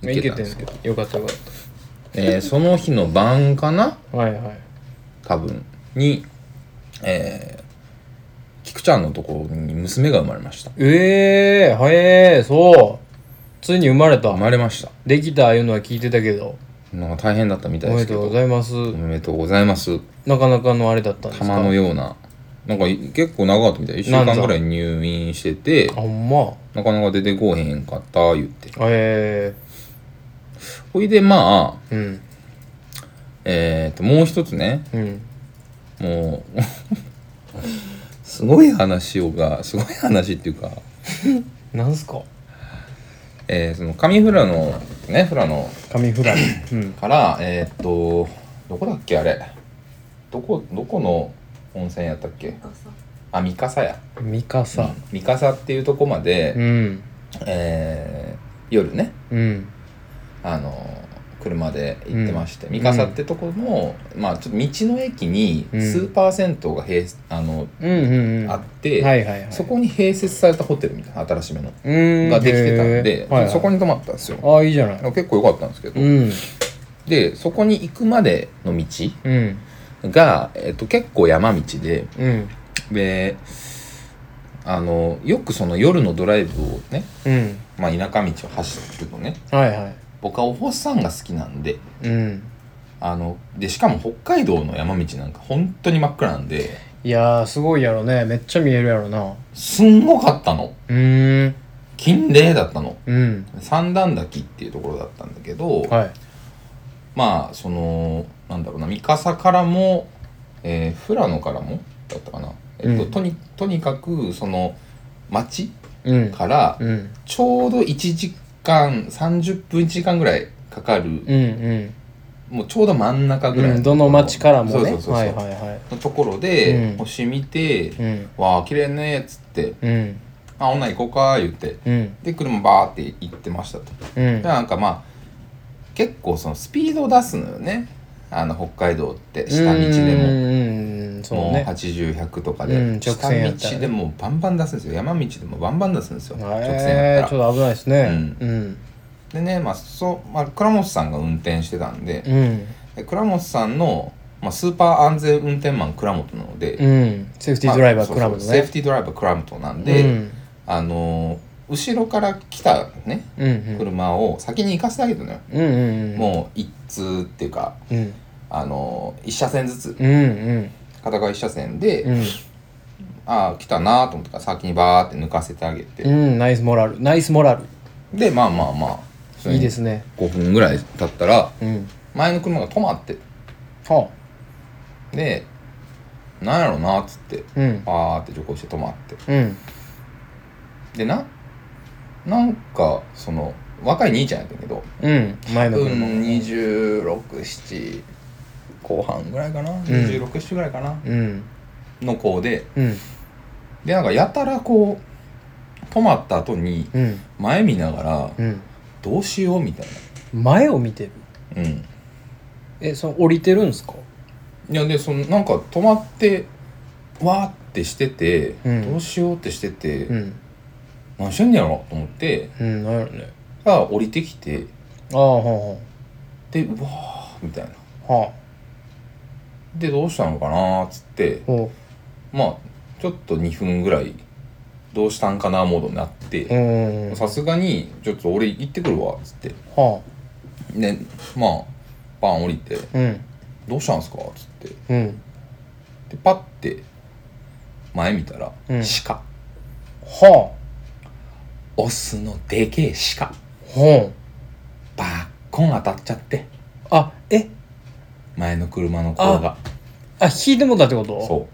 行行けけたんたんでですすけけどどよかったよかっえーその日の晩かなたはいはい多分にえー菊ちゃんのところに娘が生まれましたええー、はえー、そうついに生まれた生まれましたできたいうのは聞いてたけどなんか大変だったみたおいめでですけとうどございますおめでとうございますなかなかのあれだったんですか玉のようななんかい結構長かったみたい1週間ぐらい入院しててあほんまなかなか出てこうへんかった言ってえほいでまあえー、えっ、ともう一つねうんうんもう すごい話をがすごい話っていうか、なんすかえーその上富良野ね富良野紙フライうんからえっ、とどこだっけあれどこどこの温泉やったっけあ三笠やミカサ三笠っていうとこまで、うんえー夜ねうんあの車で行ってまして、うん三笠ってとこの、まあ、ちょっと道の駅にスうんーパー銭湯が併あの、うんうんうんあって、はいはいはいそこに併設されたホテルみたいな新しめのうーんができてたんへで、ーはいはいそこに泊まったんですよああいいじゃない結構良かったんですけど、うんでそこに行くまでの道うんが、えっと、結構山道でうんであのよくその夜のドライブをね、うんまあ、田舎道を走るとねはいはい僕はお星さんが好きなんでうんあのでしかも北海道の山道なんか本当に真っ暗なんでいやーすごいやろねめっちゃ見えるやろなすんごかったのうーん金麗だったのうん三段滝っていうところだったんだけど、はいまあそのなんだろうな三笠からも、えー富良野からもだったかな、えっとうんとにとにかくその町うんからうんうんちょうど1時間30分1時間ぐらいかかる、うんもうちょうど真ん中ぐらいのうところ、んどの町からもそうそねうそうそうはいはいはいのところで、うん星見て、うんわあ綺麗ねっつってうん「あ女行こうか」言ってうんで車バーって行ってましたとうんでなんかまあ結構そのスピードを出すのよねあの北海道って下道でうんも。うんうんそうもうね80100とかうんで直下線やったらね道でもうバンバン出すんですよ山道でもバンバン出すんですよ直線やえっーちたょらっと危ないですねううんでねまあそう、まあ、倉本さんが運転してたんでうんで倉本さんの、まあ、スーパー安全運転マン倉本なのでうんセーフティーまあドライバーそクうそラうブのセーねフティードライバー倉本なんで、うんあのー後ろから来たねうんうん車を先に行かせてあげたのよ、うんうんうんもう一通っていうかうんあのー一車線ずつうんうん片側一車線で、うんああ来たなと思ったから先にバーって抜かせてあげて、うんナイスモラルナイスモラルでまあまあまあいいですね5分ぐらい経ったらうん前の車が止まってはでなんやろうなっつってあうんバーって徐行して止まってうんでななんかその若い兄ちゃんやったけどうん前のう車ん267後半ぐらいかな、267ぐらいかなうんの子でうんでなんかやたらこう止まった後にうん前見ながらうんどうしようみたい前を見てるなうんえその降りてるんですかいやでそのなんか止まってわーってしてて、うんどうしようってしてて、うん何してんねやろと思ってうんなんやろねが降りてきてああはでうわーみたいなあはあはあでどうしたのかなーっつってほまあちょっと2分ぐらいどうしたんかなモードになって、ううんうんさすがに「ちょっと俺行ってくるわ」っつってはでまあバン降りてあうん「どうしたんすか?」っつってうんでパッて前見たら、うん鹿はオスのでけえ鹿あはバッコン当たっちゃってああえ前の車の子があ引いてもったってことそう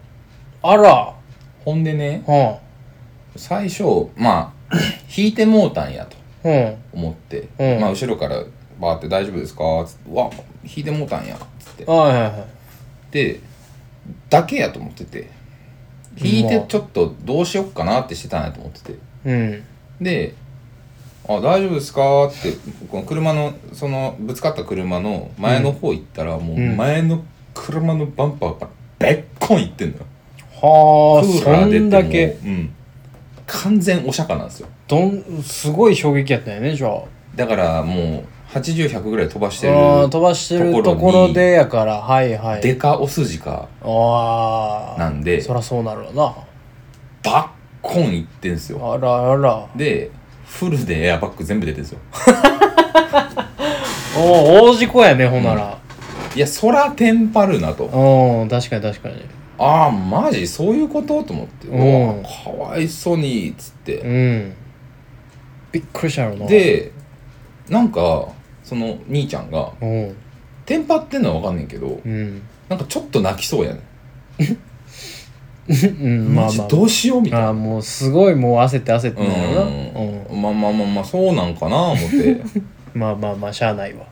あらほんでねは最初まあ 引いてもうたんやとあうん思って、うんまあ後ろからバーって「大丈夫ですか?」つって「うわ引いてもうたんや」つってはいはいはいでだけやと思ってて引いうてわちょっとどうしよっかなってしてたんやと思っててうんで「あ大丈夫ですか?」ってこの車のそのぶつかった車の前の方行ったら、もううん前の車のバンパーがべっこんいってんのよ、はあクーラそー出てもんだけうん完全お釈迦なんですよどんすごい衝撃やったんやねじゃあだからもう80100ぐらい飛ばしてるあー飛ばしてるところでやからはいはいデカお筋かああなんでそらそうなるわなバッコンいってんすよあらあらでフルでエアバッグ全部出てんすよおお大事故やねほんならいやそらテンパるなとうん確かに確かにああマジそういうことと思ってううんわかわいそうにっつってうんびっくりしたやろなでなんかその兄ちゃんがうんテンパってんのは分かんねんけどうんなんかちょっと泣きそうやねうんんまあマジまあどうしようみたいあなーもうすごいもう焦って焦ってんだろうなうん、うんまあまあまあまあそうなんかな思って まあまあまあしゃあないわ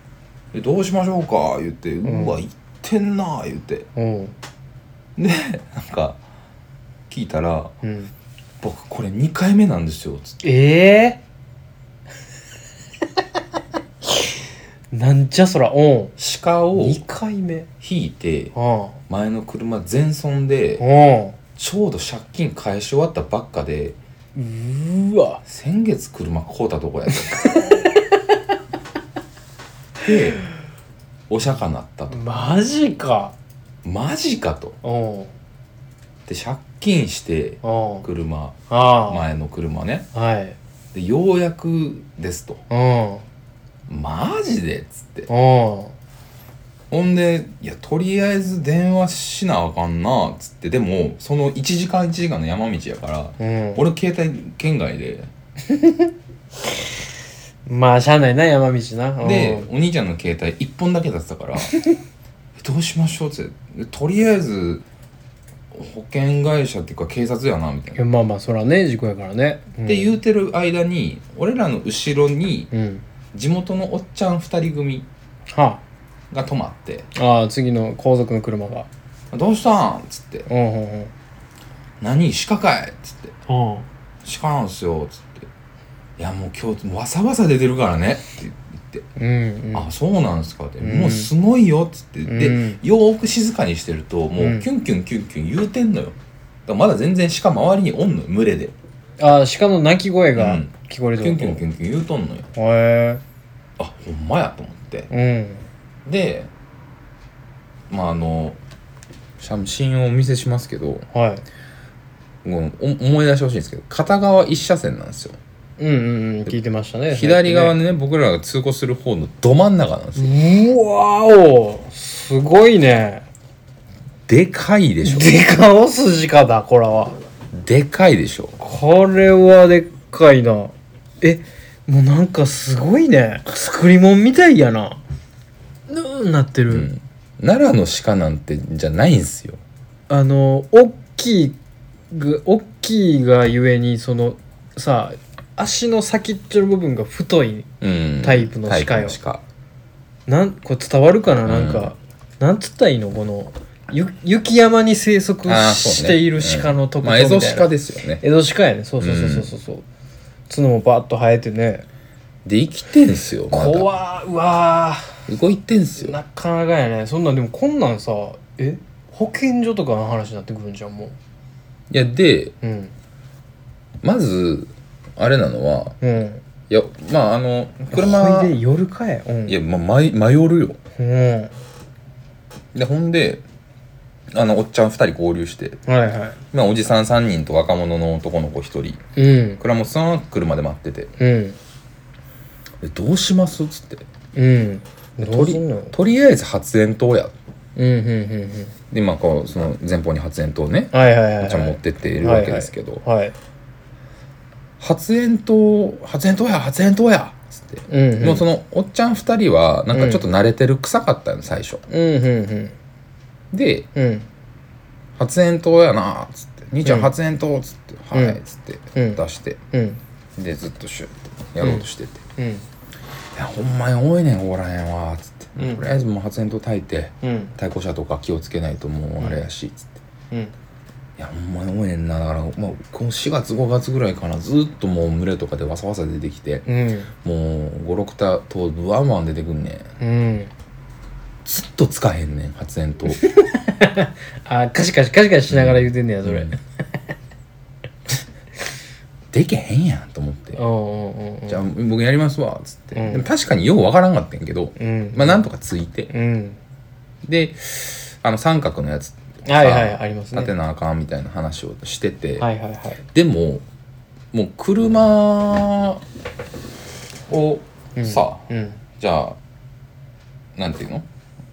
でどうしましょうか言ってんうわ行ってんな言ってうんでなんか聞いたらうん「僕これ2回目なんですよ」つってええー、 なんじゃそらうん鹿を2回目引いてうん前の車全損でうんちょうど借金返し終わったばっかでうーわ先月車買うたとこや ったでお釈迦なったとマジかマジかとうんうんで借金して車あ前の車ねあはいでようやくですとうんマジでっつっうてんほんでいやとりあえず電話しなあかんなっつってでもその1時間1時間の山道やかうらん俺携帯圏外でまあしゃあないな山道なうんでお兄ちゃんの携帯1本だけだって たからえどうしましょうってでとりあえず保険会社っていうか警察やなみたいいな、やまあまあそらね事故やからねっってう言うてる間に俺らの後ろにんうん地元のおっちゃん2人組はが泊まってあああ次の後続の車が「どうしたん?」っつってうんうんうん「何鹿かい?」っつってうん「鹿なんすよ」っつって「いやもう今日わさわさ出てるからね」って言ってうんう「んあそうなんすか」って「うんもうすごいよ」っつって、でうんよーく静かにしてるともうんうキュンキュンキュンキュン言うてんのよだからまだ全然鹿周りにおんのよ群れであ鹿の鳴き声がうん聞こえキるってュこンとキュンキュンキュン言うとんのよへあほんまやと思ってえでまああの写真をお見せしますけどうんはいもうお思い出してほしいんですけど片側一車線なんですようんうんうん聞いてましたね左側ねね僕らが通行する方のど真ん中なんですようわおすごいねでかいでしょでかお筋かだこれはでかいでしょこれはでっかいなえもうなんかすごいね作り物みたいやなぬーんなってる、うん奈良の鹿なんてじゃないんすよあの大きいぐ大きいがゆえにそのさ足の先っちょの部分が太いうんタイプの鹿よタイプの鹿なんこれ伝わるかなうんなんか、なんつったらいいのこのゆ雪山に生息あーそうねしている鹿の特徴みたいうんな、まあ、エゾ鹿ですよね江戸鹿やねそうそうそうそうそうそう角もバッと生えてねで生きてんすよまだ怖うわ動いてんすよなかなかやねそんなんでもこんなんさえ保健所とかの話になってくるんじゃんもいやでううんまずあれなのはうんいやまああの車ほいで夜かえうんいや、ま、迷迷るようんはでほんであのおっちゃん2人合流して、いはまあ、おじさん3人と若者の男の子1人いうん倉本さんは車で待っててうん「えどうします?」っつってうんとり「とりあえず発煙筒やうんうんうんうん」でまあこうその前方に発煙筒をねはいはいはい、おはっい、ちゃん持ってっているわけですけどはい「発煙筒発煙筒や発煙筒や」っつってうんうんもうそのおっちゃん2人はなんかちょっと慣れてる臭かったの最初うんうんでうんうん「発煙筒やな」っつって「兄ちうゃんん発煙筒」っつって「はい」っつってうん出してうんでずっとシュッてやろうとしててう「んいやほんまに多いねんおらへんわ」っつってうん「とりあえずもう発煙筒焚いてうん対向車とか気をつけないともうあれやし」っつってうん「いやほんまに多いねんなだから、まあ、この4月5月ぐらいかなずっともう群れとかでわさわさ出てきてうんもう56頭ブワンワン出てくんねんうんずっとつかへんねん発煙筒。 あカシカシカシカシしながら言うてんねやそれ、うんでけへんやんと思って、うんうんうんじゃあ僕やりますわっつって、うんでも確かにようわからんかったんやけど、うんまあなんとかついて、うんであの三角のやつはいはいありますね立てなあかんみたいな話をしてて、はいはいはいでももう車をさ、うんじゃあなんていうの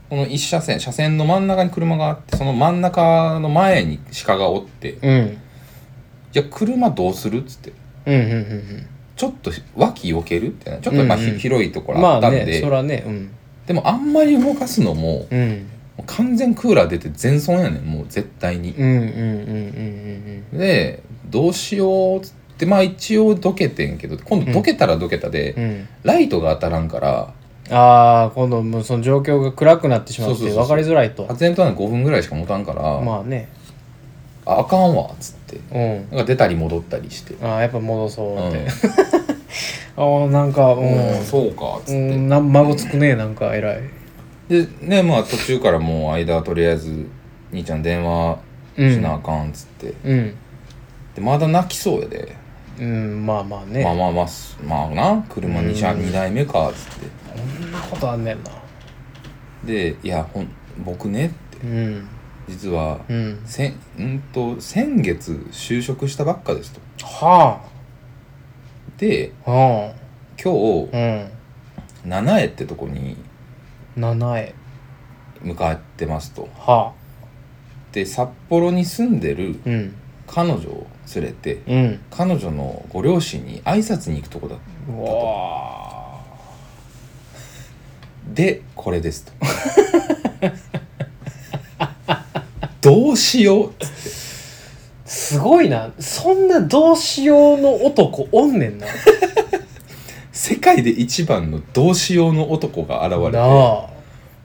この一車線車線の真ん中に車があってその真ん中の前に鹿がおってうんじゃあ車どうするっつってうんうんうんちょっと脇避けるみたいなちょっとまあ、ひうんうん広いとこうんろあまったあんで、ねそらねうんでもあんまり動かすのももうんう完全クーラー出て全損やねんもう絶対に、うんうんうんうんでどうしようっつってまあ一応どけてんけど今度どけたらどけたで、うんうんライトが当たらんからああ今度もうその状況が暗くなってしまっそうそうてそうそう分かりづらいと発煙筒なんて5分ぐらいしか持たんから、まあねあ、あかんわっつってうんなんか出たり戻ったりして、ああやっぱ戻そううんってああなんかうんうんそうかっうつって、んな孫つくねなんか偉いでねまあ途中からもう間とりあえず兄ちゃん電話うんしなあかんっつって、うんでまだ泣きそうやで、うんまあまあねまあこまあまあすまあな車2車、うん二台目かっつってんなことあんねんなでいやほん僕ねってうん実は、うんせんうんと先月就職したばっかですとはであは今日あうん七重ってとこに七重向かってますとはあで札幌に住んでるうん彼女を連れてうん彼女のご両親に挨拶に行くとこだうわあでこれですと どうしようっつってすごいなそんなどうしようの男おんねんな世界で一番のどうしようの男が現れなてあ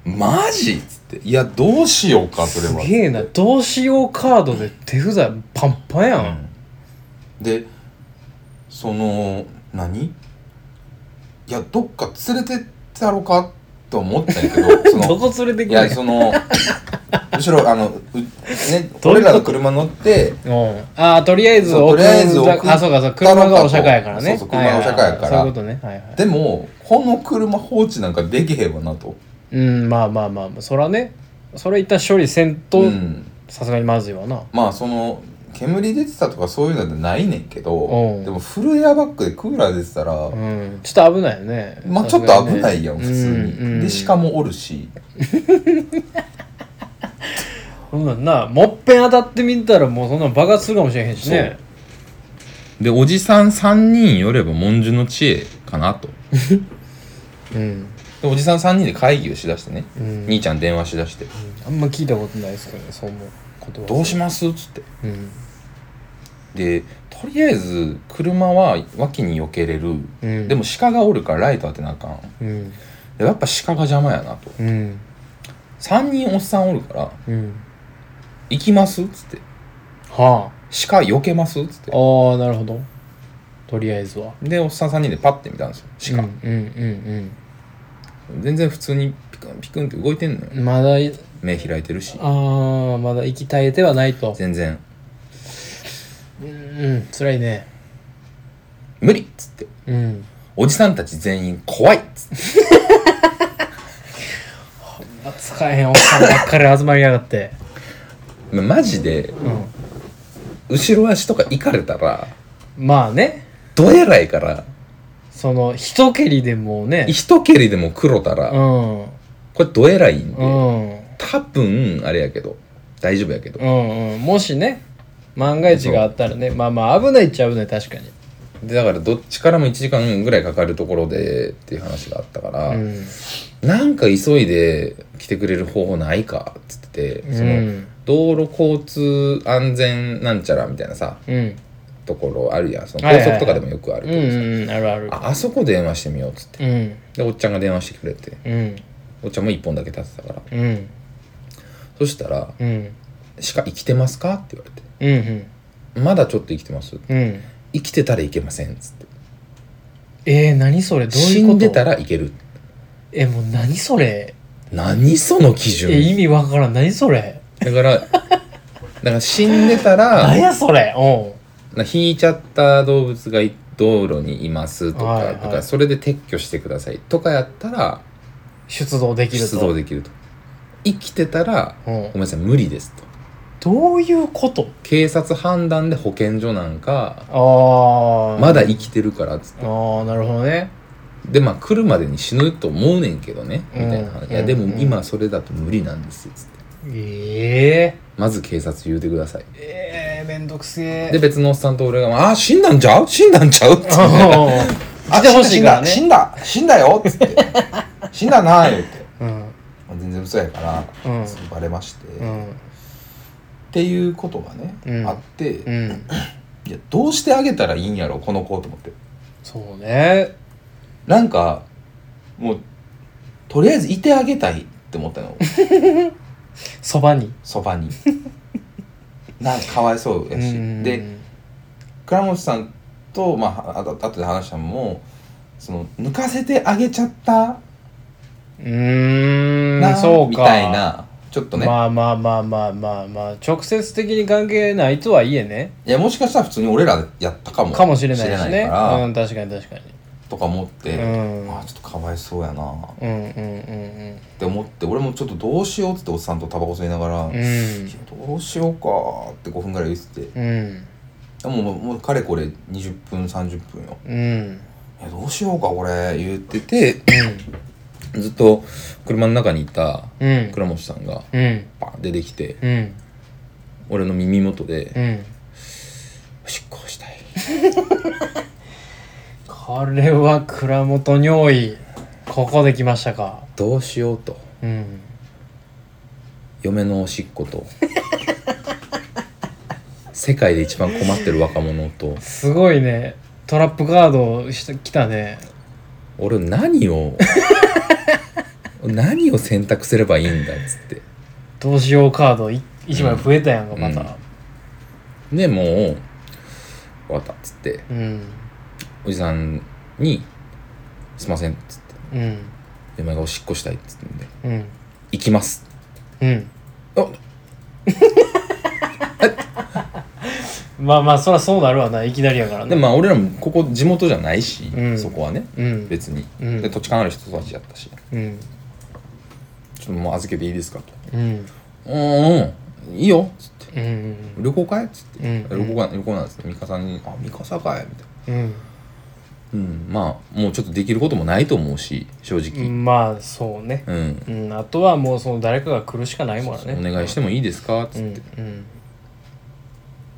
マジっつっていやどうしようかそれすはげえなどうしようカードで手札パンパンやん、うんでその何いやどっか連れてってやろうかと思ったんやけど どそのこ連れていくれやんそのむしろあのう、ね、と俺らの車乗ってうん、ああとりあえずそうとりあえず送る送っあそうかそう車がお釈迦やからねそうそう車がお釈迦やはいはいはいからそういうことねはいはいでもこの車放置なんかできへんわなと、うんまあまあまあまあそらねそれ一旦処理せんとうん、さすがにまずいわなまあその煙出てたとかそういうのでないねんけどうんでもフルエアバッグでクーラー出てたら、うんちょっと危ないよねまあちさょっすがとにね危ないやん、普通に、うんうんで鹿もおるしそんなんなもっぺん当たってみたらもうそんなん爆発するかもしれへんしねでおじさん3人よれば文殊の知恵かなとうん、でおじさん3人で会議をしだしてね、うん、兄ちゃん電話しだしてあんま聞いたことないですけどねそのこと「はどうします?」っつってうんでとりあえず車は脇に避けれる、うんでも鹿がおるからライト当てなあかんうんでやっぱ鹿が邪魔やなとうん3人おっさんおるからうん「行きます?」っつっては「鹿避けます?」っつっあてああなるほどとりあえずはでおっさん3人でパッて見たんですようん鹿、うん全然普通にピクンピクンって動いてんうのんうよんまだい目開いてるしああまだ息絶えてはないと全然うんうん辛いね「無理!」っつってうんおじさんたち全員怖いっつってあ使えへんおっさんばっかり集まりやがってまマジでうん後ろ足とかいかれたらまあねどえらいからその一蹴りでもうね一蹴りでも黒たらうんこれどえらいんうでん多分あれやけど大丈夫やけどうんうんもしね万が一があったらねまあまあ危ないっちゃ危ない確かにでだからどっちからも1時間ぐらいかかるところでっていう話があったから、うんなんか急いで来てくれる方法ないかっつっててその、うん道路交通安全なんちゃらみたいなさうんところあるやんそのはいは高いはい速とかでもよくあるうけどさ、んうんあるあるああそこ電話してみようっつってうんでおっちゃんが電話してくれてうんおっちゃんも1本だけ立ってたからうんそしたらうんうん「鹿生きてますか?」って言われてうん「まだちょっと生きてます」うん「生きてたらいけません」っつってえー、何それ「どうい死うことんでたらいけるえもう何それ」何その基え意準味わからん何それだからだから死んで何たらやそれおうな引いちゃった動物がい道路にいますとか,、はいはいとかそれで撤去してくださいとかやったら出動できると出動できると生きてたらうんごめんなさい無理ですとどういうこと警察判断で保健所なんかああまだ生きてるからっつってああなるほどねでまあ来るまでに死ぬと思うねんけどねみたいな話、うんいやでうんも今それだと無理なんですっつってえまず警察言うてくださいえええめんどくせえで別のおっさんと俺が「ああー死んだんちゃう死んだんちゃう?」ってあー来てほしいからね死んだ死んだよっ つって「死んだな」言うてうん全然嘘やから、うんバレまして、うっんていうことがね、うんあって、うんいやどうしてあげたらいいんやろこの子と思ってそうねなんかもうとりあえずいてあげたいって思ったの そばにそばになんかかわいそうやし、で倉持さんと、まあ、あと後で話したのもその抜かせてあげちゃったうーなんそうみかたいなちょっとね、まあまあまあまあまあまあ直接的に関係ないとはいえねいやもしかしたら普通に俺らやったかもかもしれないししねから、うん確かに確かにとか思って、うんあちょっとかわいそうやなっうんうんうんて思って俺もちょっとどうしようっつっておっさんとタバコ吸いながら、うんいやどうしようかって5分ぐらい言っててうんうんもうもうかれこれ20分30分ようんいやどうしようかこれ言っててずっと車の中にいたうん倉持さんがうんバン出てきてうん俺の耳元でうん「おしっこしたいこれは倉本尿意ここできましたかどうしよう」とうん嫁のおしっこと世界で一番困ってる若者とすごいねトラップガードしてきたね俺何を何を選択すればいいんだっつってどうしようカードい一枚増えたやんかまたでもう「分かった」っつってうんおじさんに「すいません」っつってうん「嫁がおしっこしたい」っつってんでうん「行きますうん」あまあまあそりゃそうなるわないきなりやからねでまあ俺らもここ地元じゃないし、うんそこはねうん別に、うんで土地勘ある人たちやったしうん「ちょっともう預けていいですか」とうん「うんうんいいよ」っつってうん「旅行かい?」っつってうん「旅行か旅行なんですね三笠さんに「あ三笠かい」みたいな。うんうん、まあもうちょっとできることもないと思うし正う直んまあそうねうん、うんあとはもうその誰かが来るしかないもんねお願いしてもいいですか?」っつって、うん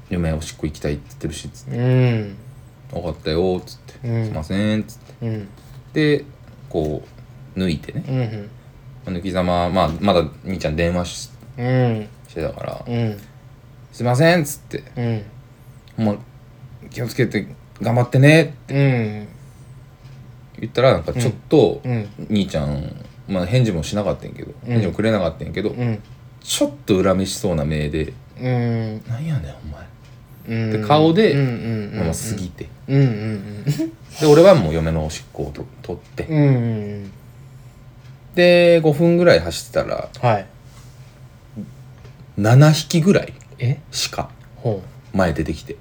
嫁おしっこ行きたい」って言ってるしっつってうん「分かったよ」っつって「うんすいません」っつっうんうんてでこう抜いてねうん抜きざま、まあ、まだみーちゃん電話しうんしてたからうんうん「すいません」っつってうん「ほんま気をつけて頑張ってね」ってうん言ったらなんかちょっと、うん兄ちゃん、まあ、返事もしなかったんやけど、返事もくれなかったんやけど、うんちょっと恨めしそうな目でうん「なんやねんお前」うんで顔でうんうんうんまあ過ぎて。うんうんで俺はもう嫁のおしっこをと取って、うんうんで5分ぐらい走ってたらはい7匹ぐらいえ鹿ほ前出てきてう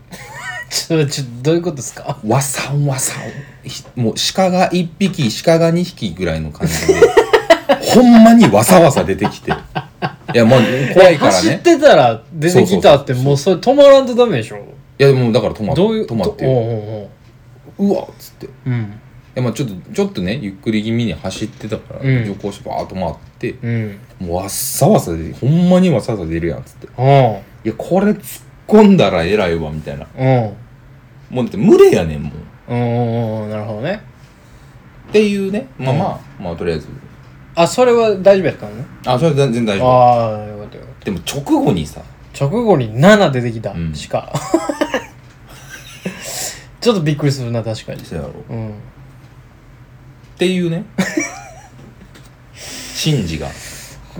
ちょちょどういうことですかわさんわさんひもう鹿が1匹鹿が2匹ぐらいの感 じでほんまにわさわさ出てきていやもう怖いから走っねてたら出てきたってそうもうそれ止まらんとダメでしょいやもうだから止まどういう止まっておうよおうおううわっつっていうんやまあちょっとちょっとねゆっくり気味に走ってたから、うん徐行してバーッと回ってうんもうわっさわさ出てほんまにわさわさ出るやんっつってうんいやこれ突っ込んだら偉いわみたいなうんもうだって群れやねんもうっうんうんうんなるほどねていうねまあまあ、まあとりあえずあそれは大丈夫やったのねあそれは全然大丈夫ああよかったよかっでも直後にさた直後に7出てきた、うんしかちょっとびっくりするな確かにそうやろっうんていう ねシンジが、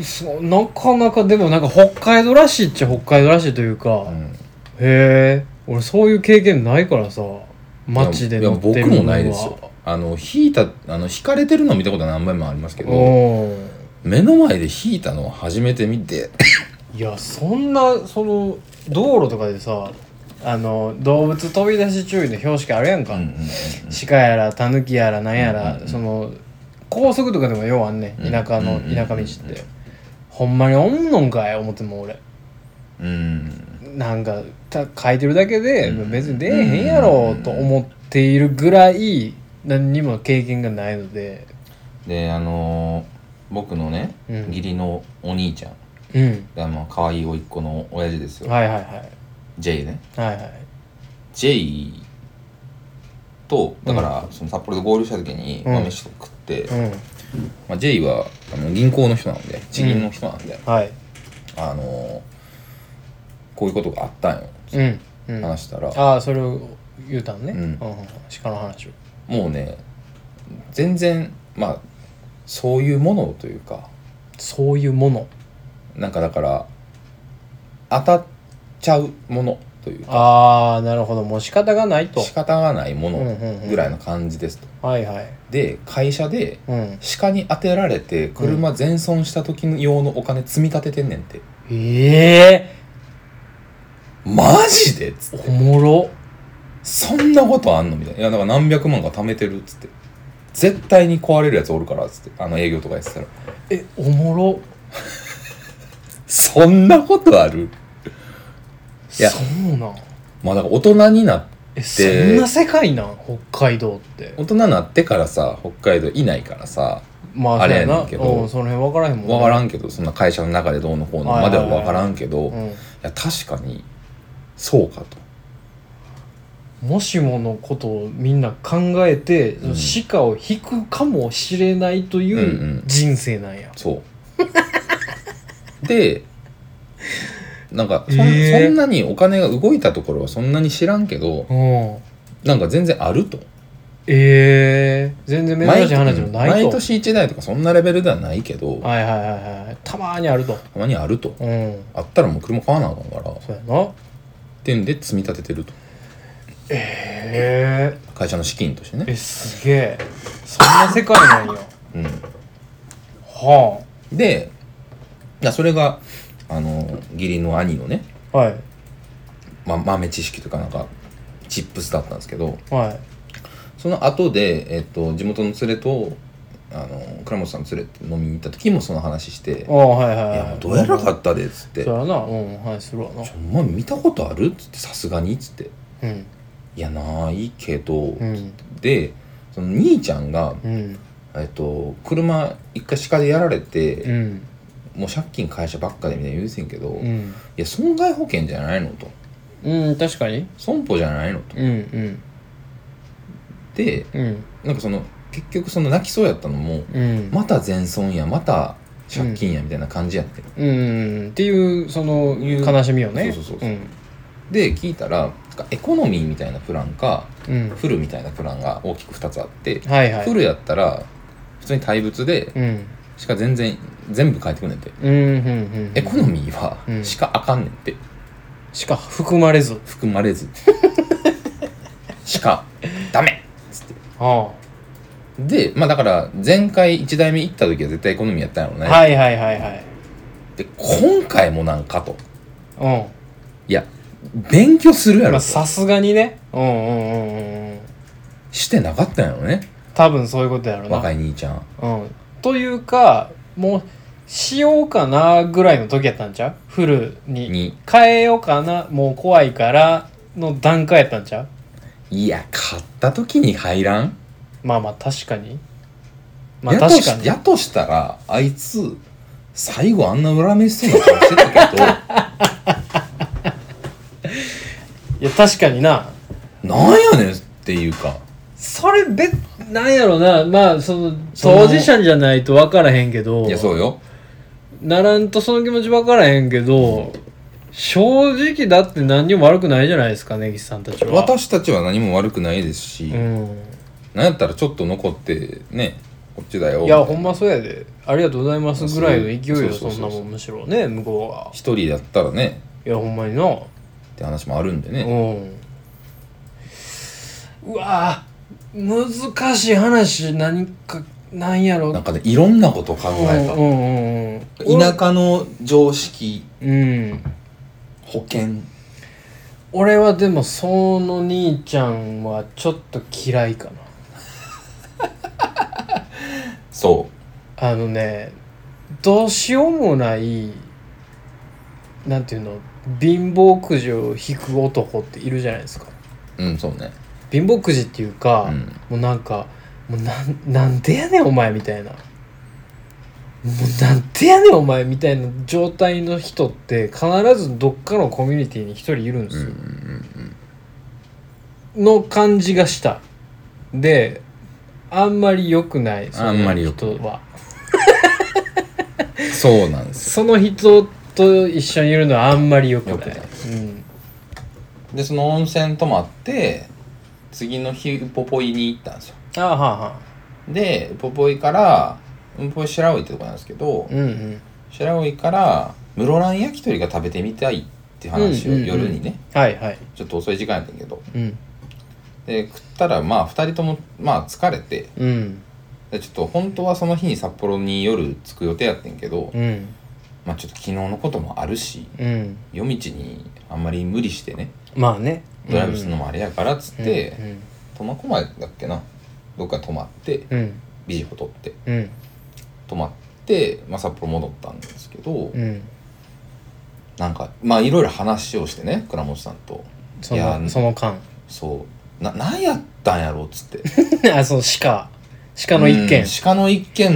そうなかなかでもなんか北海道らしいっちゃ北海道らしいというか、へえ俺そういう経験ないからさ街で乗ってるいやのは僕もないですよあの引いたあの引かれてるの見たことは何倍もありますけどおー目の前で引いたのを初めて見ていやそんなその道路とかでさあの動物飛び出し注意の標識あるやんか、うんうんうん鹿やらタヌキやらなんやら、うんうんその高速とかでもようあんねうんん田舎の、うんうんうん田舎道って、ほんまにおんのんかい思っても俺うんなんかた書いてるだけで、うん別に出えへんやろと思っているぐらい何にも経験がないのでであのー僕のね、うん義理のお兄ちゃんうんがまあ可愛い甥っ子の親父ですよ、はいはいはいジェイねはいはいジェイとだから、その札幌で合流した時に、うんまあ、飯とか食って、うんまあ、ジェイはあの銀行の人なんで地銀の人なんで、はいあのーこういうことがあったんようんうん話したら、ああそれを言うたんね、ううんんうんうん、鹿の話をもうね全然まあそういうものというかそういうものなんかだから当たっちゃうものというかああなるほどもう仕方がないと仕方がないもうんのうんうんぐらいの感じですと。はいはいで会社でうん鹿に当てられて車全損した時の用のお金積み立ててんねんって、えマジでっつえっておもろそんなことあんのみたいないやだから何百万か貯めてるっつって絶対に壊れるやつおるからっつってあの営業とかやってたらえおもろそんなことあるいやそうなんまあだから大人になえそんな世界なん北海道って大人になってからさ北海道いないからさまああれやそうねんけどうんその辺分からへんもんね分からんけどそんな会社の中でどうのこうのまでは分からんけど、いや確かにそうかとうんもしものことをみんな考えて、うん歯科を引くかもしれないといんううんう人生なんや、そう でなんかそ,、えーそんなにお金が動いたところはそんなに知らんけどうんなんか全然あるとええ全然珍しい話もないと毎年1台とかそんなレベルではないけどたはいはいはいはいたまーにあるとまにあるとうんあったらもう車買わなあかんからっそうやなていうんで積み立ててるとへえ会社の資金としてねえすげえそんな世界なんやうんはでいやそれがあの義理の兄のね、あはいま、豆知識というかなんかチップスだったんですけどはいその後で、えっと、地元の連れとあの倉本さんの連れて飲みに行った時もその話してああはいはい「いはいやもうどうやらかかったで」っつって「そうやなうんはいするわなちょお前見たことある?」っつってさすがにっつってうん「いやないけど」うんでその兄ちゃんが、うんえっと、車一回鹿でやられうて、んもう借金会社ばっかでみたいな言うてんけど、ういんや損害保険じゃないのとうん確かに損保じゃないのとうんうんでうんなんかその結局その泣きそうやったのもうんまた全損やまた借金やみたいな感じやって、うんっていうそのいう悲しみをねそうそうそうそうんで聞いたらなんかエコノミーみたいなプランかうんフルみたいなプランが大きく2つあって、はいはいフルやったら普通に対物でうんしか全然全部返ってくんねんて、うんうんうんエコノミーはうんしかあかんねんてしか含まれず含ま れずしかダメっつってあでまあだから前回1台目行った時は絶対エコノミーやったんやろうあね、はいはいはいはいで今回もなんかとうんいや勉強するやろまあとさすがにねうんうんうんうんうんしてなかったんやろね多分そういうことやろな若い兄ちゃんうん、というかもうしようかなぐらいの時やったんちゃうフルにに変えようかなもう怖いからの段階やったんちゃういや買った時に入らん、まあまあ確かにまあやと確しかにやとしたらあいつ最後あんな恨めしそうな顔してた けいや確かになどなんやねんっていうかそれ別なんやろなまあその当事者じゃないと分からへんけどいやそうよならんとその気持ち分からへんけど正直だって何にも悪くないじゃないですか根岸さんたちは私たちは何も悪くないですし、うんなんやったらちょっと残ってねこっちだよいやほんまそうやでありがとうございますぐらいの勢いよそうそそうんそなうそうもんむしろね向こうが一人だったらねいやほんまになって話もあるんでね、うんうわー難しい話何かなんやろなんかねいろんなことを考うんうえんうんうんた、田舎の常識うん保険俺はでもその兄ちゃんはちょっと嫌いかなそあのねどうしようもないなんていうの貧乏くじを引く男っているじゃないですかううんそうね貧乏くじっていうか、うんもうなんかもうなんなんでやねんお前みたいなもうなんでやねんお前みたいな状態の人って必ずどっかのコミュニティに一人いるんですうんうんよ、うんの感じがしたであんまり良くないそのあんまり良く人はうんそうなんですその人と一緒にいるのはあんまり良くない良くないうん、よでその温泉泊まって次の日ウポポイに行ったんですよあーはあはあでウポポイからウポポイ白老ってとこなんですけど、うんうん白老から室蘭焼き鳥が食べてみたいっていう話をうんうんうん夜にね、はいはいちょっと遅い時間やったけどうんで食ったらまあ2人ともまあ疲れてうんでちょっと本当はその日に札幌に夜着く予定やってんけど、うんまあちょっと昨日のこともあるしうん夜道にあんまり無理してねまあねドライブするのもあれやからっつって、うん苫小牧だっけなどっか泊まってうんビジホ取ってうん泊まって、まあ、札幌戻ったんですけど、うんなんかまあいろいろ話をしてね倉本さんとそいやのその間 そうな何やったんやろうっつってあその鹿 鹿の一件うん鹿の一件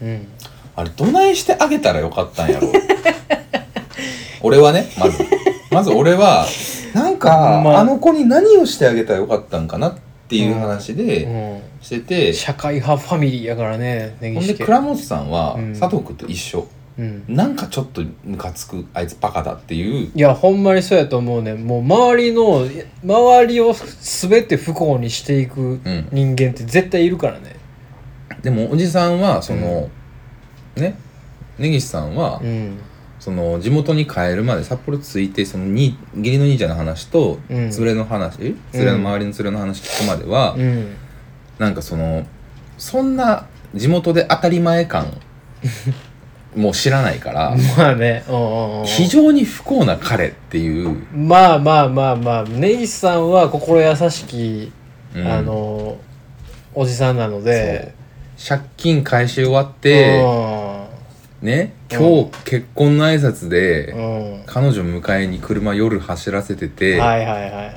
うんあれどないしてあげたらよかったん やろう俺はねまずまず俺はなんか、まああ、の子に何をしてあげたらよかったんかなっていう話うでんしてて、社会派ファミリーやからね根ほん岸で家倉本さんは、うん佐藤君と一緒うんなんかちょっとムカつくあいつバカだっていういやほんまにそうやと思うねもう周りの周りを全て不幸にしていくうん人間って絶対いるからねでもおじさんはその、ね根岸さんは、うんその地元に帰るまで札幌着いてそのに義理の兄ちゃんの話とうん連れの話、え連れの周りの連れの話聞くまでは、うんなんかそのそんな地元で当たり 前感もう知らないからまあねうんうんうん非常に不幸な彼っていう、まあまあまあまあ根岸さんは心優しき、うんあのおじさんなので借金返し終わっうて、んねう今日結婚の挨拶で、うん彼女迎えに車夜走らせてて、はいはいはいはい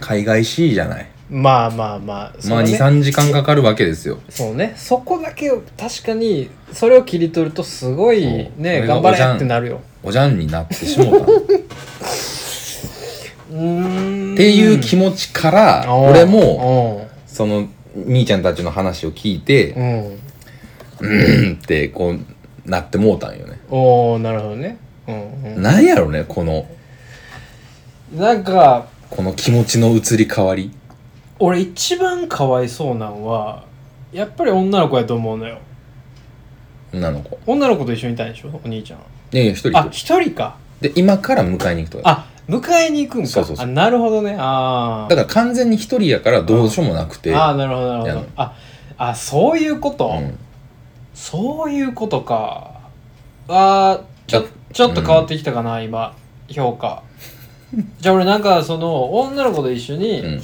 海外 C じゃないまあまあまあそまあのね23時間かかるわけですよそうねそこだけを確かにそれを切り取るとすごいそうそれねが頑張れってなるよおじゃんになってしもうたのっうーんていう気持ちからおう俺もその兄ちゃんたちの話を聞いてうんうんうんってこうなってもうたんよねおおなるほどねうんうんなんやろねこのなんかこの気持ちの移り変わり俺一番かわいそうなんはやっぱり女の子やと思うのよ女の子女の子と一緒にいたんでしょお兄ちゃんいやいや一人あ一一人人かで今から迎えに行くとかあ迎えに行くんかそうそうそうあなるほどねあだから完全に一人やからどうしようもなくてああーなるほどなるほいどやああそういうこと、うんそういうことか。あーちょだちょっと変わってきたかな、今評価。じゃあ俺なんかその女の子と一緒に、うん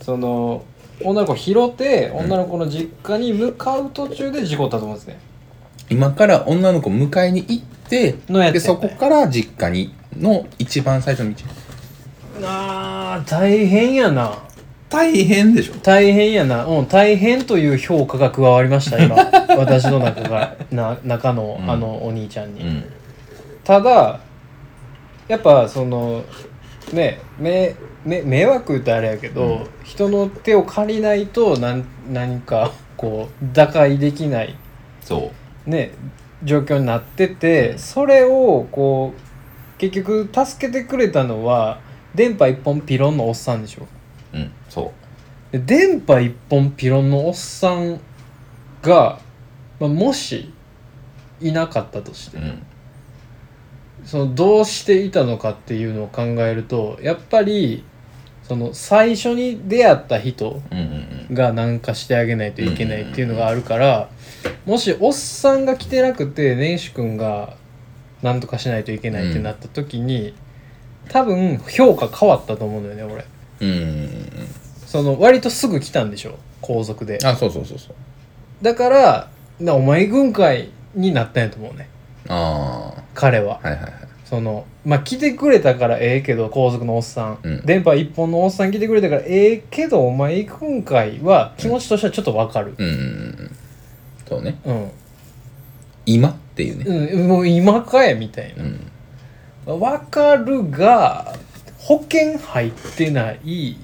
その女の子拾ってん女の子の実家に向かう途中で事故ったと思うんですね。今から女の子迎えに行ってのやつでやそこから実家にの一番最初の道あー大変やな。大変でしょ大変やな。うん大変という評価が加わりました 今私の中がな中のうんあのお兄ちゃんに。うんただやっぱそのねめめ迷惑言うとあれやけど、うん人の手を借りないとなん何かこう打開できないそうね状況になっててそれをこう結局助けてくれたのは電波一本ピロンのおっさんでしょうん、そで電波一本ピロンのおっさんが、まあ、もしいなかったとしてう、うん、そのどうしていたのかっていうのを考えるとやっぱりその最初に出会った人うんうんうんが何かしてあげないといけないっていうのがあるからもしおっさんが来てなくて根岸君が何とかしないといけないってなった時に、多分評価変わったと思うんだよね俺うんその割とすぐ来たんでしょ皇族であそうそうそうそうだからなお前軍隊になったんやと思うねあ彼はあはいはいはいそのまあ来てくれたからええけど皇族のおっさん、うん電波一本のおっさん来てくれたからええけどお前軍隊は気持ちとしてはちょっとわかるうんそうねうん、今っていうねうん、もう今かえみたいなうんわかるが保険入ってない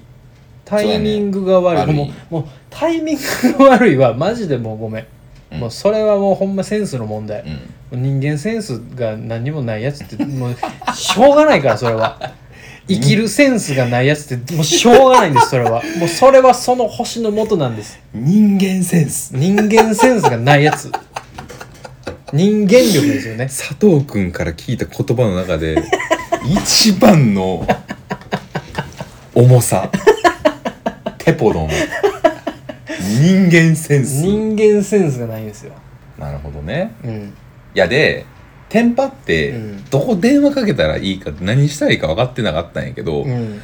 タイミングが悪い,、そうだねも悪いうもうタイミングが悪いはマジでもうごめん、うんもうそれはもうほんまセンスの問題、うん人間センスが何にもないやつってもうしょうがないからそれ は生きるセンスがないやつってもうしょうがないんですそれはもうそれはその星のもとなんです人間センス人間センスがないやつ人間力ですよね佐藤君から聞いた言葉の中で 一番の重さテポの人間センス人間センスがないんですよなるほどねうんいやでテンパっうてんどこ電話かけたらいいか何したらいいか分かってなかったんやけど、ういん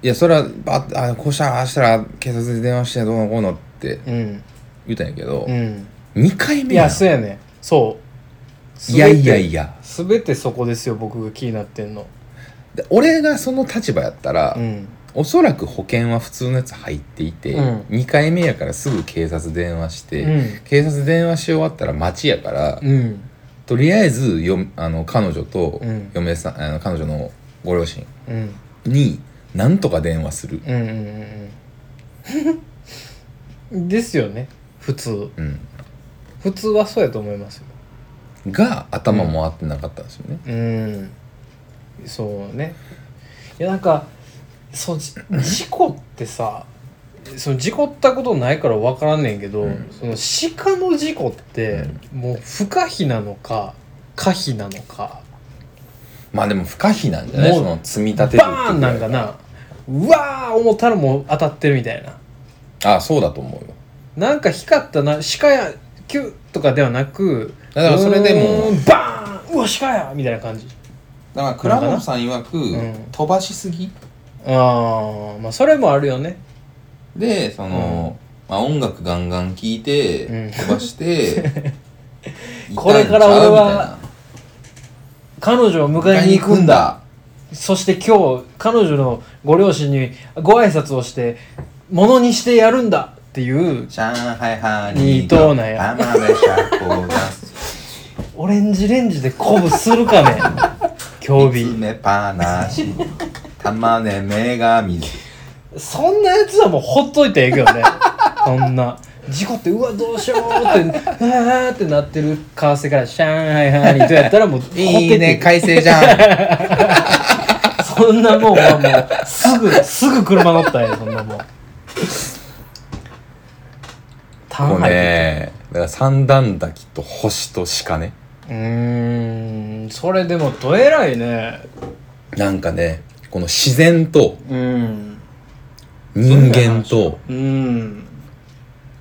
やそれはバッあこうしたらああしたら警察に電話してどうのこうのってうん言ったんやけど、うん二2回い目ややんそうやねそういやいややいや全てそこですよ僕が気になってんので俺がその立場やったら、うんおそらく保険は普通のやつ入っていて、うん2回目やからすぐ警察電話して、うん警察電話し終わったら町やから、うんとりあえずよあの彼女とうん嫁さん、あの彼女のご両親うんに何とか電話する、うんうんうんうんですよね普通うん、普通はそうやと思いますよが頭回ってなかったんですよね、うんそうねいやなんかそうじ事故ってさその事故ったことないから分からんねんけど、うんその鹿の事故ってもう不可避なのか可避なのかまあでも不可避なんじゃないもうその積みバ立てるっていうーンなんかなうわー思ったらもう当たってるみたいなああそうだと思うよなんか光ったな鹿やキュッとかではなくだからそれでもうーんバーンうわ鹿やみたいな感じだから倉本さん曰く、うん飛ばしすぎああまあそれもあるよねでその、まあ、音楽ガンガン聴いて、うん飛ばして これから俺は彼女を迎えに行くんだそして今日彼女のご両親にご挨拶をしてものにしてやるんだっていう上海ハニートなんや浜辺社交ダンスオレンジレンジで鼓舞するか ね興味めパ ナシ玉ねめが水そんなやつはもうほっといてええけどね そんな事故ってうわどうしようって うわーってなってる為替からシャーンハイハーニーとやったらもうほっといてええいいね改正じ ゃんそんなもんはもうす ぐすぐ車乗ったんやそんなもんタもーうン入ってねだから三段滝と星と鹿ねうーんそれでもどえらいねなんかねこの自然とうん人間とうん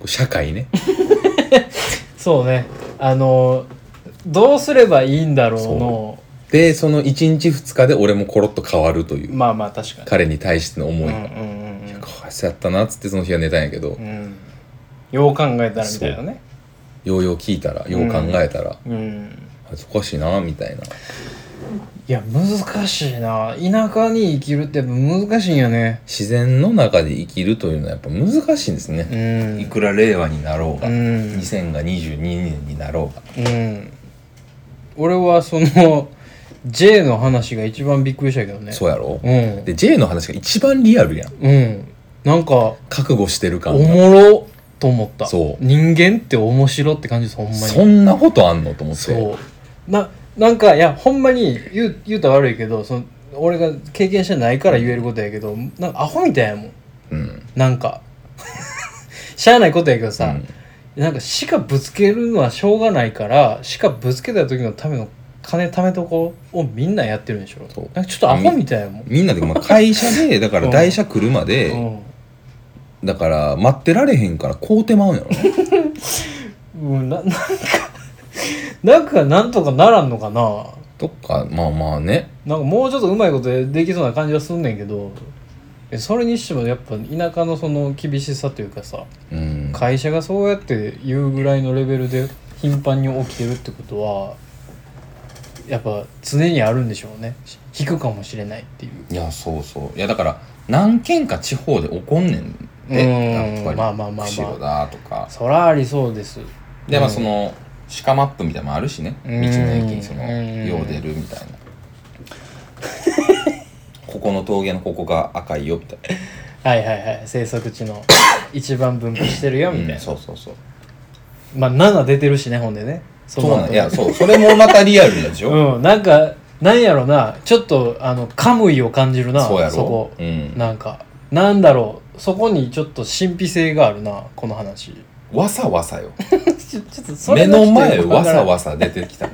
社会ねそうねあのどうすればいいんだろうのでその1日2日で俺もコロッと変わるというまあまあ確かに彼に対しての思ういんうが、んうんかわいそうやったなっつってその日は寝たんやけど、うんうんよう考えたらみたいなねようよう聞いたらよう考えたら、うん恥ずかしいなみたいないや難しいな田舎に生きるってやっぱ難しいんよね自然の中で生きるというのはやっぱ難しいんですうね、んいくら令和になろうが、うん2000が22年になろうがうん俺はその J の話が一番びっくりしたけどねそうやろ、うんで J の話が一番リアルやんうんなんか覚悟してる感おがもろと思ったそう人間って面白って感じですほんまにそんなことあんのと思ってそうななんかいやほんまに言う言うたら悪いけどその俺が経験してないから言えることやけどなんかアホみたいやもんうんなんかしゃあないことやけどさ、うんなんか歯がぶつけるのはしょうがないから歯がぶつけた時のための金貯めとこをみんなやってるんでしょそうなんかちょっとアホみたいやもん、みんなで、まあ、会社でだから台車来るまで、だから待ってられへんから買うてまうんやろ ねうん、うん、な なんかなんかなんとかならんのかなとかまあまあねなんかもうちょっとうまいことできそうな感じはすんねんけどえそれにしてもやっぱ田舎のその厳しさというかさうん会社がそうやって言うぐらいのレベルで頻繁に起きてるってことはやっぱ常にあるんでしょうね引くかもしれないっていういやそうそういやだから何件か地方で起こんねんでうんやっぱりまあまあまあまあ釧路だとかそらありそうですでまあその鹿マップみたいなのもあるしね道うのん駅にそのうんよう出るみたいな ここの峠のここが赤いよみたいなはいはいはい生息地 の一番分布してるよみたいな、うんそうそうそうまあ7出てるしねほんでねそそうのなん後いやそうそれもまたリアルなんでしょ、うんなんかなんやろなちょっとあのカムイを感じるなそうやろこ、うん、なんかなんだろうそこにちょっと神秘性があるなこの話 わさわさよちょちょっと そ目れがちょのっと前よくわわからさんわさ出てきた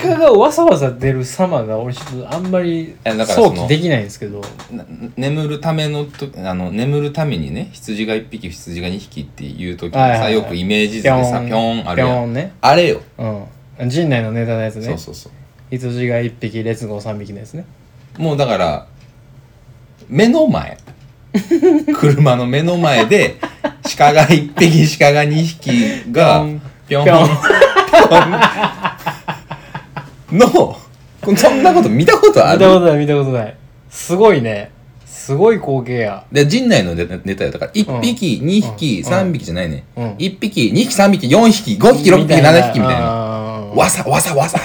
鹿がわざわざ出る様が俺ちょっとあんまりえだからその想起できないんですけどな眠るためのとあの眠るためにね羊が1匹羊が2匹っていう時にさ、はいはいはいよくイメージ図ぴょでんさぴょんあるぴやょんんねあれよ、うん陣内のネタのやつねそうそうそう羊が1匹列号3匹のやつねもうだから目の 前車の目の前で鹿が1匹鹿が2匹がぴょんぴ ぴょょんんのそんなこと見たことあ見たことるない見たことないすごいねすごい光景やで陣内のネネタよだから1匹2うん匹3匹じゃないね、うん1匹2匹3匹4匹5匹6匹7匹みたいななうんわさわさ わさ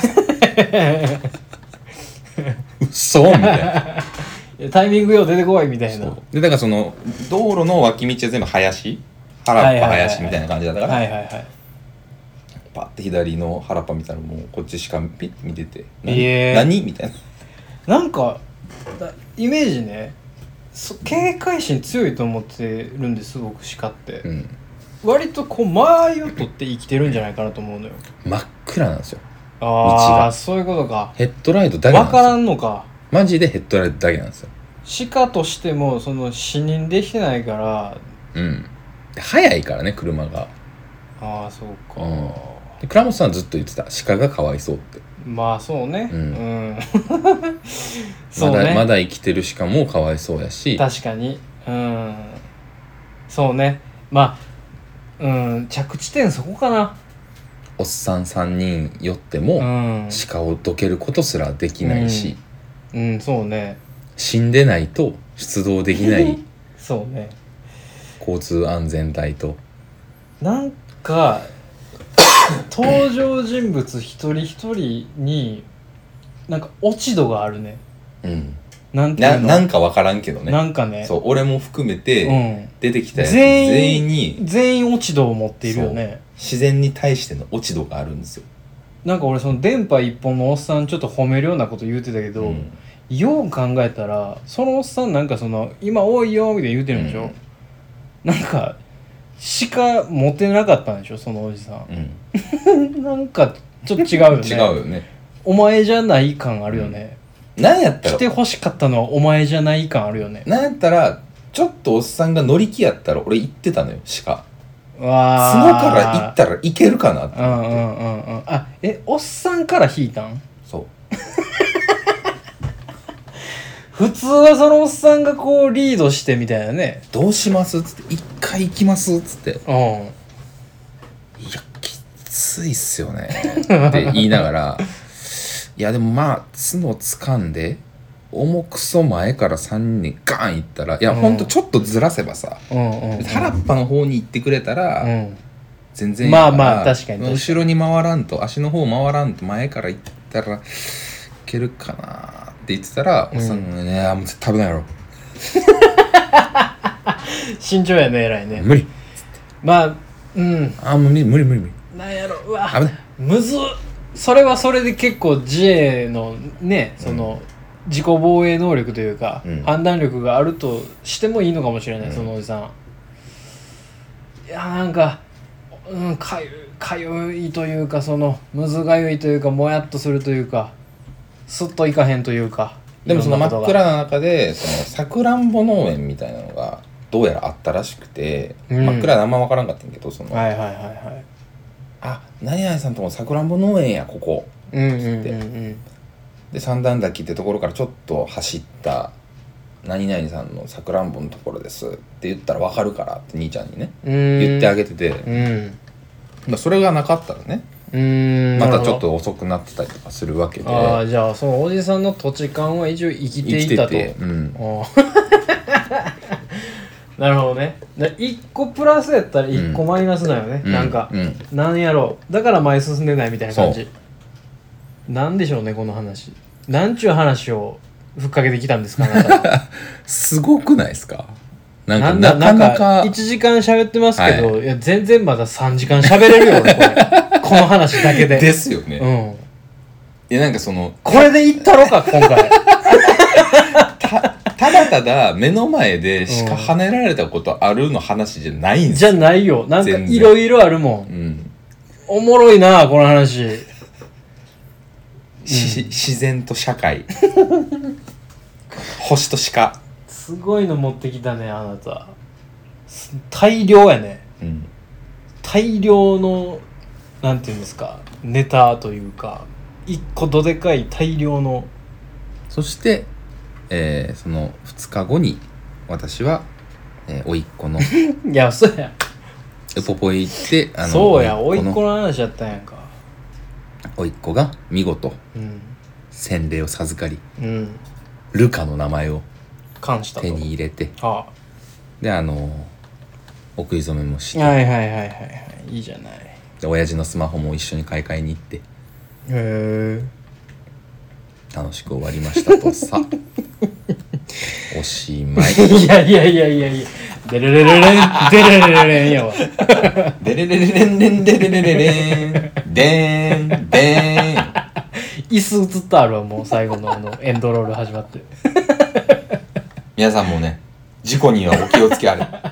うっそみたいないやタイミングよう出てこいみたいなそうでだからその道路の脇道は全部林原っぱ林みたいな感じだったから、はいはいはいパッて左の原っぱ見たらもうこっちしかピッて見てて「いえ何何?」みたいななんかだイメージねそ警戒心強いと思ってるんです僕鹿って、うん割とこう間合いを取って生きてるんじゃないかなと思うのよ真っ暗なんですよ道ああがそういうことかヘッドライトだけなん分ですからよんのかマジでヘッドライトだけなんですよ鹿としてもその死人できてないからうんで速いからね車がああそうか、で倉本さんずっと言ってた鹿がかわいそうってまあそうねう、うん そうまだね、まだ生きてる鹿もかわいそうやし確かにうんそうねまあうん着地点そこかなおっさん3人寄ってうもん、鹿をどけることすらできないし、うんうん、そうね死んでないと出動できない そうね交通安全帯となんか登場人物一人一人になんか落ち度があるねうんなんていなうのななんかわからんけどねなんかねそう俺も含めて、うん、出てきたやつ全員全員に全員落ち度を持っているよね自然に対しての落ち度があるんですよ。なんか俺その電波一本のおっさんちょっと褒めるようなこと言うてたけど、んよう考えたらそのおっさんなんかその「今多いよ」みたいな言うてるんでしょ、なんか鹿持てなかったんでしょそのおじさうんんなんかちょっと違うよね 違うよね。お前じゃない感あるよね、なんやった来てらほしかったのはお前じゃない感あるよねなんやったらちょっとおっさんが乗り気やったら俺行ってたのよ鹿。角わあから行ったらいけるかなってうんうんうんうんあえおっさんから引いたんそう普通はそのおっさんがこうリードしてみたいなねどうしますっつって一回行きますっつってうんいやきついっすよねって言いながらいやでもまあ角掴んで重くそ前から3人にガン行ったらいや、うんほんとちょっとずらせばさうんうんうん原っぱの方に行ってくれたら、うん全然まあまあ確かに確かに後ろに回らんと足の方回らんと前から行ったらいけるかなって言ってたら、うんおっさんが「いやもう絶対危ないやろ慎重やね偉いね無理まあうんあーもう無理無理無理無理なんやろうわ危ないむずっそれはそれで結構自衛のねその、自己防衛能力というか、うん判断力があるとしてもいいのかもしれない、うんそのおじさんいやーなんか、うん、かゆかゆいというかそのむずがゆいというかもやっとするというかすっといかへんというかでもその真っいろんなこ暗な中でそのさくらんぼ農園みたいなのがどうやらあったらしくて、うん真っ暗であんま分からんかったんやけどそとの「がはいはいはいはいあ何々さんともさくらんぼ農園やここうんうんうんうんで三段滝ってところからちょっと走った何々さんのさくらんぼのところですって言ったら分かるからって兄ちゃんにね言言ってあげててて、うんまあそれがなかったらねうーんまたちなるょほっどと遅くなってたりとかするわけでああじゃあそのおじさんの土地勘は一応生き生てきいてたとて、うん、あー なるほどねで1個プラスやったら1個マイナスだよね、うなんかう、ん、なんやろうだから前進んでないみたいな感じなんでしょうねこの話なんちゅう話をふっかけてきたんですかあなたすごくないですか なんかなんなだかなんなかか1時間喋ってますけど、い、や全然まだ3時間喋れるよ俺こ れこの話だけでですよね、ういんやなんかそのこれでいったろか今回ただただ目の前でしか跳ねられたことあるの話じゃないんですじよ、ゃないよなんか全然いろいろあるもんうんおもろいなこの話し自然と 社会星と鹿、すごいの持ってきたねあなたす大量やねうん、大量のなんていうんですかネタというか一個どでかい大量のそして、えーその2日後に私は、えー、甥っ子のいやそうやウポポへ行ってあのそうや甥甥っっ子子のの話やったんやんか甥っ子が見事うん洗礼を授かりうんルカの名前を感したと手に入れてあであのお食い初めもして、はいはいはいはいはいいいじゃないへで親父のスマホも一緒に買い替えに行ってえ楽しく終わりましたとさおしまい いやいやいやいやいやデレレレレンデレレレレンやわでれれれれんれんでれれれれんでーんでーん椅子映ったあるわもう最後のあのエンドロール始まって皆さんもね事故にはお気をつけあれ